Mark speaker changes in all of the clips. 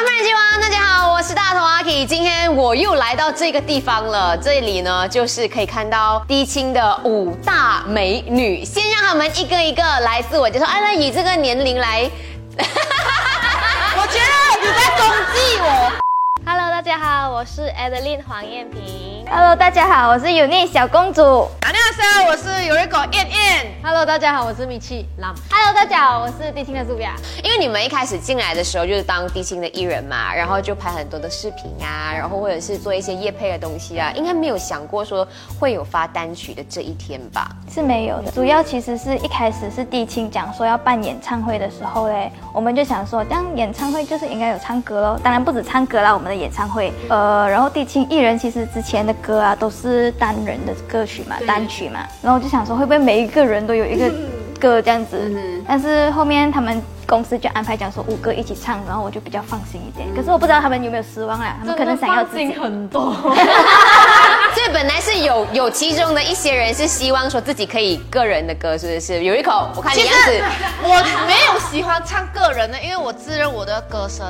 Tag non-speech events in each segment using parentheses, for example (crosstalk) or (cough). Speaker 1: 啊我又来到这个地方了，这里呢就是可以看到低清的五大美女，先让她们一个一个来自我介绍。安、啊、乐以这个年龄来，我觉得你在攻击我。
Speaker 2: Hello，大家好，我是 Adeline 黄燕平。
Speaker 3: Hello，大家好，我是有念小公主。
Speaker 4: 안녕하세요我是有一个燕燕。
Speaker 5: Hello，大家好，我是米奇朗。
Speaker 3: Hello，大家好，我是地青的苏雅。
Speaker 1: 因为你们一开始进来的时候就是当地青的艺人嘛，然后就拍很多的视频啊，然后或者是做一些夜配的东西啊，应该没有想过说会有发单曲的这一天吧？
Speaker 3: 是没有的，主要其实是一开始是地青讲说要办演唱会的时候嘞，我们就想说，这样演唱会就是应该有唱歌喽，当然不止唱歌啦，我们的演唱会，呃，然后地青艺人其实之前的。歌啊，都是单人的歌曲嘛，单曲嘛，然后我就想说，会不会每一个人都有一个歌这样子？嗯、但是后面他们公司就安排讲说五个一起唱，然后我就比较放心一点。嗯、可是我不知道他们有没有失望啊啦，他们可能想要自己
Speaker 5: 很多。
Speaker 1: 所以本来是有有其中的一些人是希望说自己可以个人的歌，是不是？有一口，我看你样子，
Speaker 4: 我没有喜欢唱个人的，因为我自认我的歌声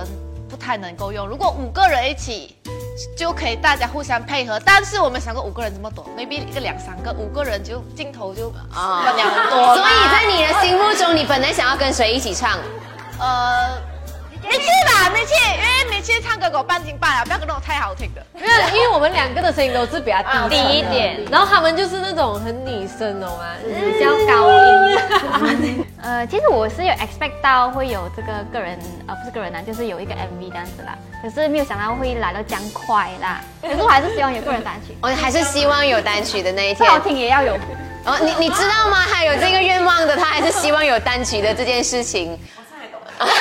Speaker 4: 不太能够用。如果五个人一起。就可以大家互相配合，但是我们想过五个人这么多，maybe 一个两三个，五个人就镜头就啊两多。
Speaker 1: 所以在你的心目中，你本来想要跟谁一起唱？
Speaker 4: 呃，你去吧，你去，因为你去唱歌给我半斤半两，啊不要跟那种太好听的。
Speaker 5: 因为因为我们两个的声音都是比较低
Speaker 2: 低、啊、一点，
Speaker 5: 然后他们就是那种很女生，懂吗？嗯、比较高音。
Speaker 3: (laughs) 呃，其实我是有 expect 到会有这个个人，呃，不是个人啊，就是有一个 MV 这样子啦。可是没有想到会来到这样快啦。可是我还是希望有个人单
Speaker 5: (laughs)
Speaker 3: 曲，
Speaker 1: 我哦还是希望有单曲的那一天。
Speaker 3: 好听也要有。
Speaker 1: 哦，你你知道吗？他有这个愿望的，他还是希望有单曲的这件事情。 (laughs) 我懂。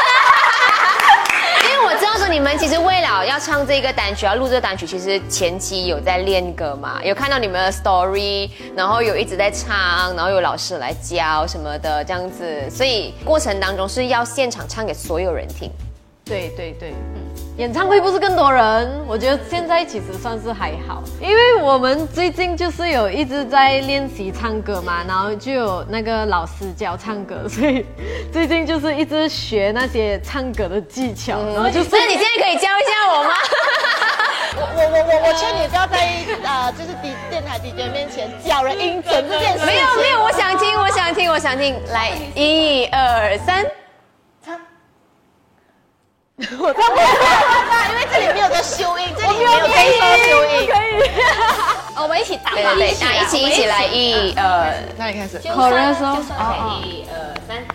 Speaker 1: 因为我知道说你们其实为了要唱这个单曲，要录这个单曲，其实前期有在练歌嘛，有看到你们的 story，然后有一直在唱，然后有老师来教什么的这样子，所以过程当中是要现场唱给所有人听。
Speaker 5: 对对对，嗯，演唱会不是更多人，我觉得现在其实算是还好，因为我们最近就是有一直在练习唱歌嘛，然后就有那个老师教唱歌，所以最近就是一直学那些唱歌的技巧，嗯、然后就是。
Speaker 1: 那你现在可以教一下我吗？ (laughs)
Speaker 4: 我我我我我劝你不要在呃，就是电电台 DJ 面前叫人音准这件事情。
Speaker 1: 没有没有，我想听，我想听，我想听，来，一二三。
Speaker 4: 我唱不了，因为这里没有在修音，这里没有黑色修
Speaker 2: (laughs)
Speaker 4: 音。
Speaker 2: 可以，哦我们一起打吧，一
Speaker 1: 起一起来，一呃二，
Speaker 4: 那你开始。
Speaker 2: Chorus 哦，一二三。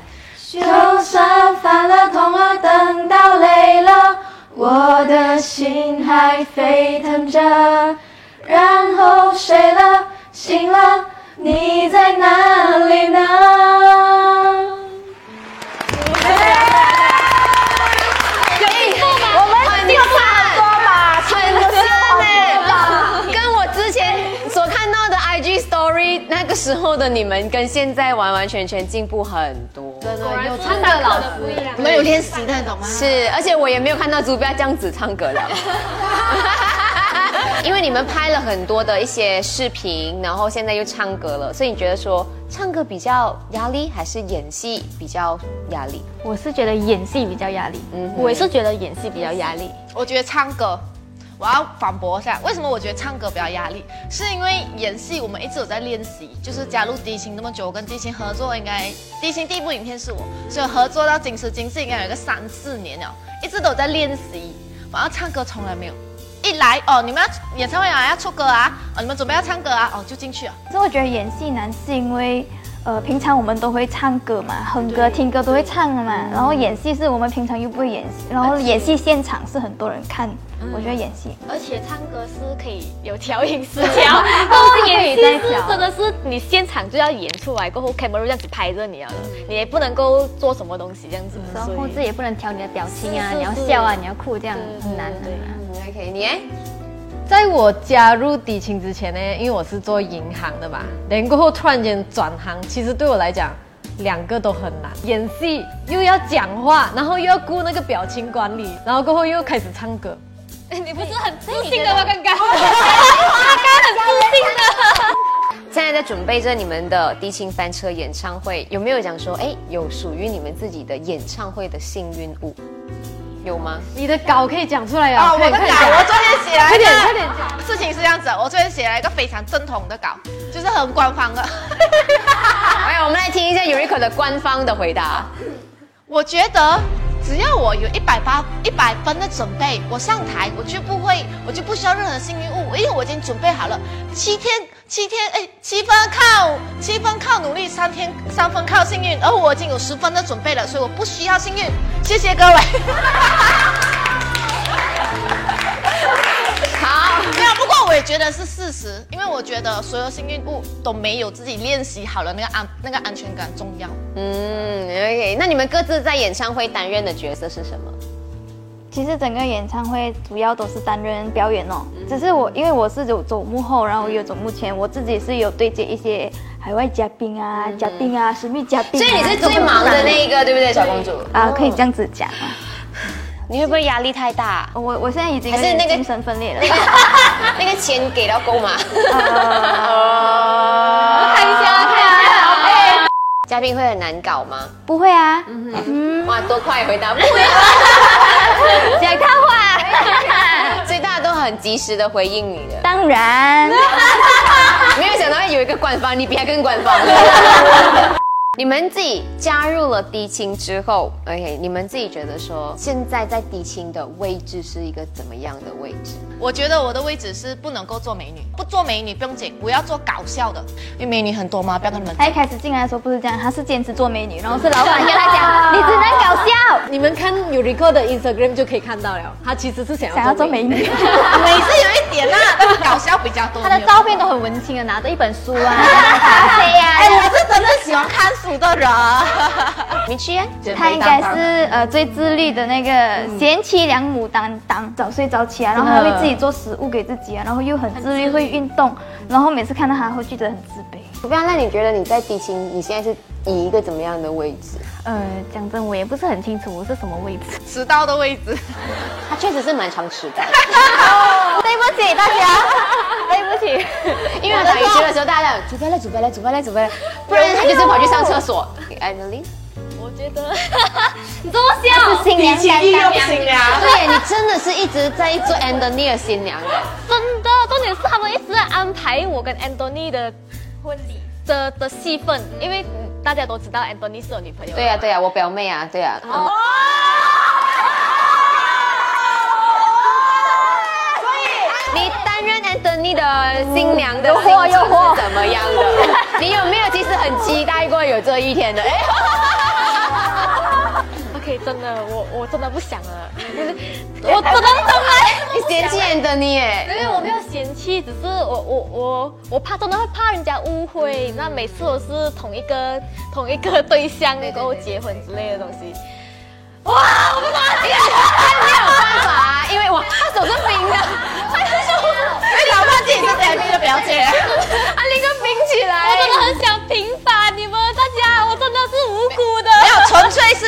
Speaker 6: 就算犯了、痛了、等到累了，我的心还沸腾着。然后睡了，醒了，你在哪里呢？
Speaker 1: 那个时候的你们跟现在完完全全进步很多，
Speaker 5: 真的有唱歌老师，
Speaker 4: 我们有练习的，懂吗？
Speaker 1: 是，而且我也没有看到朱标这样子唱歌了。因为你们拍了很多的一些视频，然后现在又唱歌了，所以你觉得说唱歌比较压力，还是演戏比较压力？
Speaker 3: 我是觉得演戏比较压力，嗯，我也是觉得演戏比较压力。
Speaker 4: 我觉得唱歌。我要反驳一下，为什么我觉得唱歌比较压力？是因为演戏，我们一直有在练习，就是加入低清那么久，我跟低清合作应该，低清第一部影片是我，所以合作到今时今日应该有个三四年了，一直都在练习。然后唱歌从来没有，一来哦，你们要演唱会啊，要出歌啊，哦，你们准备要唱歌啊，哦，就进去了。
Speaker 3: 可是我觉得演戏难是因为。呃，平常我们都会唱歌嘛，哼歌、听歌都会唱的嘛。然后演戏是我们平常又不会演戏，然后演戏现场是很多人看，嗯、我觉得演戏。
Speaker 2: 而且唱歌是可以有调音师调，
Speaker 3: (laughs)
Speaker 2: 然后演戏是真的是你现场就要演出来，过后 camera 这样子拍着你了，你也不能够做什么东西这样子，
Speaker 3: 然后自己也不能调你的表情啊，你要笑啊，你要哭这样很难啊
Speaker 1: 对吧？OK，你哎。
Speaker 5: 在我加入底薪之前呢，因为我是做银行的嘛，连过后突然间转行，其实对我来讲，两个都很难。演戏又要讲话，然后又要顾那个表情管理，然后过后又开始唱歌。
Speaker 2: 你不是很自信的吗？刚刚，刚刚很自信的。
Speaker 1: 现在在准备着你们的低清翻车演唱会，有没有讲说，哎，有属于你们自己的演唱会的幸运物？有吗？
Speaker 5: 你的稿可以讲出来呀、
Speaker 2: 啊
Speaker 4: 哦，我
Speaker 5: 快
Speaker 4: 的
Speaker 5: 点
Speaker 4: 稿，
Speaker 5: 快点讲
Speaker 4: 我昨天写来
Speaker 5: 快
Speaker 4: 的，
Speaker 5: 点快点
Speaker 4: 事情是这样子，啊我昨天写了一个非常正统的稿，就是很官方的。
Speaker 1: 哎呀，我们来听一下 Eureka 的官方的回答。
Speaker 4: 我觉得只要我有一百八一百分的准备，我上台我就不会，我就不需要任何幸运物，因为我已经准备好了。七天七天哎，七分靠七分靠努力，三天三分靠幸运，而我已经有十分的准备了，所以我不需要幸运。谢谢各位。
Speaker 1: 好，
Speaker 4: 没有，不过我也觉得是事实，因为我觉得所有幸运物都没有自己练习好了那个安那个安全感重要。
Speaker 1: 嗯，OK，那你们各自在演唱会担任的角色是什么？
Speaker 3: 其实整个演唱会主要都是担任表演哦，
Speaker 1: 嗯
Speaker 3: 只是我因为我是有走幕后，然后也有走幕前，我自己是有对接一些海外嘉宾啊、嘉宾啊、神秘嘉宾啊、
Speaker 1: 嗯所以你是最忙的那一个，对不嗯对，小公主？
Speaker 3: 啊，可以这样子讲啊。
Speaker 1: 你会不会压力太大？
Speaker 3: 我我现在已经有
Speaker 1: 还是
Speaker 3: 点
Speaker 1: 那个
Speaker 3: 精神分裂了。
Speaker 1: 那个钱给到够吗？啊 (laughs)
Speaker 3: 看一下，看一下，
Speaker 1: 嘉宾会很难搞吗？
Speaker 3: 不会啊，
Speaker 1: 嗯哇，多快回答不会。 (laughs)
Speaker 3: 讲大话，
Speaker 1: 所以大家都很及时的回应你的，
Speaker 3: 当然。
Speaker 1: (laughs) 没有想到有一个官方，你比他更官方。 (laughs) 你们自己加入了低清之后，OK，你们自己觉得说现在在低清的位置是一个怎么样的位置？
Speaker 4: 我觉得我的位置是不能够做美女，不做美女不用紧，我要做搞笑的，因为美女很多嘛，不要跟你们
Speaker 3: 他一开始进来的时候不是这样，他是坚持做美女，然后是老板跟
Speaker 1: (laughs)
Speaker 3: 他讲，你只能搞笑，
Speaker 5: 你们看 Eureka 的 Instagram 就可以看到了，他其实是想
Speaker 3: 想要
Speaker 5: 要
Speaker 3: 做美女。
Speaker 4: 每次有一点啦、但是搞笑比较多。
Speaker 3: 他的照片都很文青的，拿着一本书
Speaker 2: (laughs)
Speaker 3: 啊，咖啡
Speaker 4: 哎、
Speaker 3: 啊。
Speaker 4: 我是真的喜欢看书
Speaker 2: (laughs)
Speaker 4: 的人。
Speaker 1: 明轩，
Speaker 3: 他应该是呃最自律的那个贤妻良母担当，早睡早起啊，然后还会自己做食物给自己啊，然后又很自律，会运动，然后每次看到他会觉得很自卑。
Speaker 1: 不要，那你觉得你在低清，你现在是以一个怎么样的位置？
Speaker 2: 呃，讲真，我也不是很清楚我是什么位置。
Speaker 4: 迟到的位置，
Speaker 1: 他确实是蛮常迟 (laughs) 到的，
Speaker 3: 对不起
Speaker 1: (laughs)
Speaker 3: 大家，
Speaker 1: 因为他打羽球的时候，大家煮饭了，煮饭了，煮饭了，煮饭了，不然他就是跑去上厕所。Emily，
Speaker 5: (laughs)
Speaker 3: 他是新娘担当。
Speaker 4: 行了。
Speaker 1: 对你真的是一直在做 Anthony 的新娘哎。
Speaker 2: 真的，重点是他们一直在安排我跟 Anthony 的婚礼的的戏份，因为大家都知道 Anthony 是有女朋友。哦
Speaker 1: 对呀、对呀、我表妹啊，对呀、嗯你担任 Anthony 的新娘的心情是怎么样的？ (laughs) 你有没有其实很期待过有这一天的？哎，
Speaker 2: OK，真的，我我真的不想
Speaker 5: (laughs)
Speaker 2: 了，我真的真的。
Speaker 1: 你嫌弃 Anthony 哎、
Speaker 2: 因为我没有嫌弃，只是我我我我怕真的会怕人家误会，那每次都是同一个同一个 (laughs) 对象能够结婚之类的东西。
Speaker 1: 没有办法、啊，因为我他手是冰的，
Speaker 4: 哎，老爸自己是 Amy 的表姐，
Speaker 1: 他立刻冰起
Speaker 2: 我
Speaker 1: 来。
Speaker 2: 真的很想平反你们大家，我真的是无辜的。
Speaker 4: (laughs) 没有，纯粹是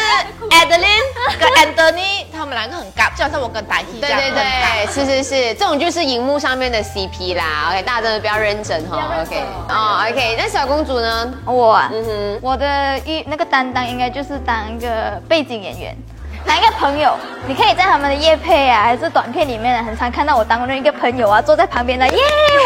Speaker 4: Adeline 跟 Anthony 他们两个很尬，就好像我跟达一这
Speaker 1: 对
Speaker 4: 样。
Speaker 1: 对对，
Speaker 4: (laughs)
Speaker 1: 是是是，这种就是荧幕上面的 CP 啦。OK，大家真的不要认真哈。OK，哦 OK，那小公主呢？
Speaker 3: 我啊，
Speaker 1: 嗯哼
Speaker 3: 我的一那个担当应该就是当一个背景演员， (laughs) 当一个朋友。你可以在他们的夜配啊，还是短片里面啊，很常看到我当那一个朋友啊，坐在旁边的耶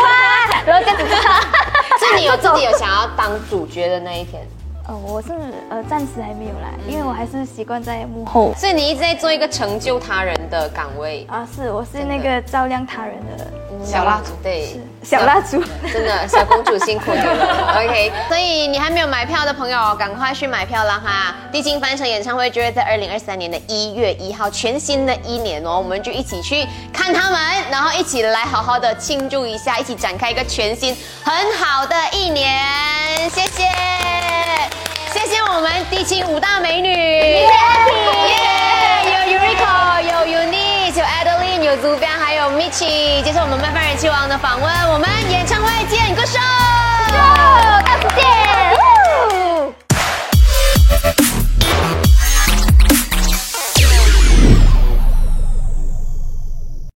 Speaker 3: 哇，然后这样子就唱。
Speaker 1: (laughs) 所
Speaker 3: (laughs)
Speaker 1: 以你有自己有想要当主角的那一天，
Speaker 3: 呃，我是呃暂时还没有啦，
Speaker 1: 嗯
Speaker 3: 因为我还是习惯在幕后。
Speaker 1: 所以你一直在做一个成就他人的岗位。
Speaker 3: 啊，是，我是那个照亮他人的
Speaker 1: 小蜡烛，对，
Speaker 3: 小蜡烛。
Speaker 1: (laughs) 真的小公主辛苦你了。OK，所以你还没有买票的朋友，赶快去买票啦哈！地精翻城演唱会就会在二零二三年的一月一号，全新的一年哦，我们就一起去看他们，然后一起来好好的庆祝一下，一起展开一个全新很好的一年。谢谢，谢谢我们地青五大美女，耶，有 Eureka，有 Unice，有 Adeline，有 Zubian，还有 Michi，接受我们麦饭人气王的访问，我们演唱会见，歌手。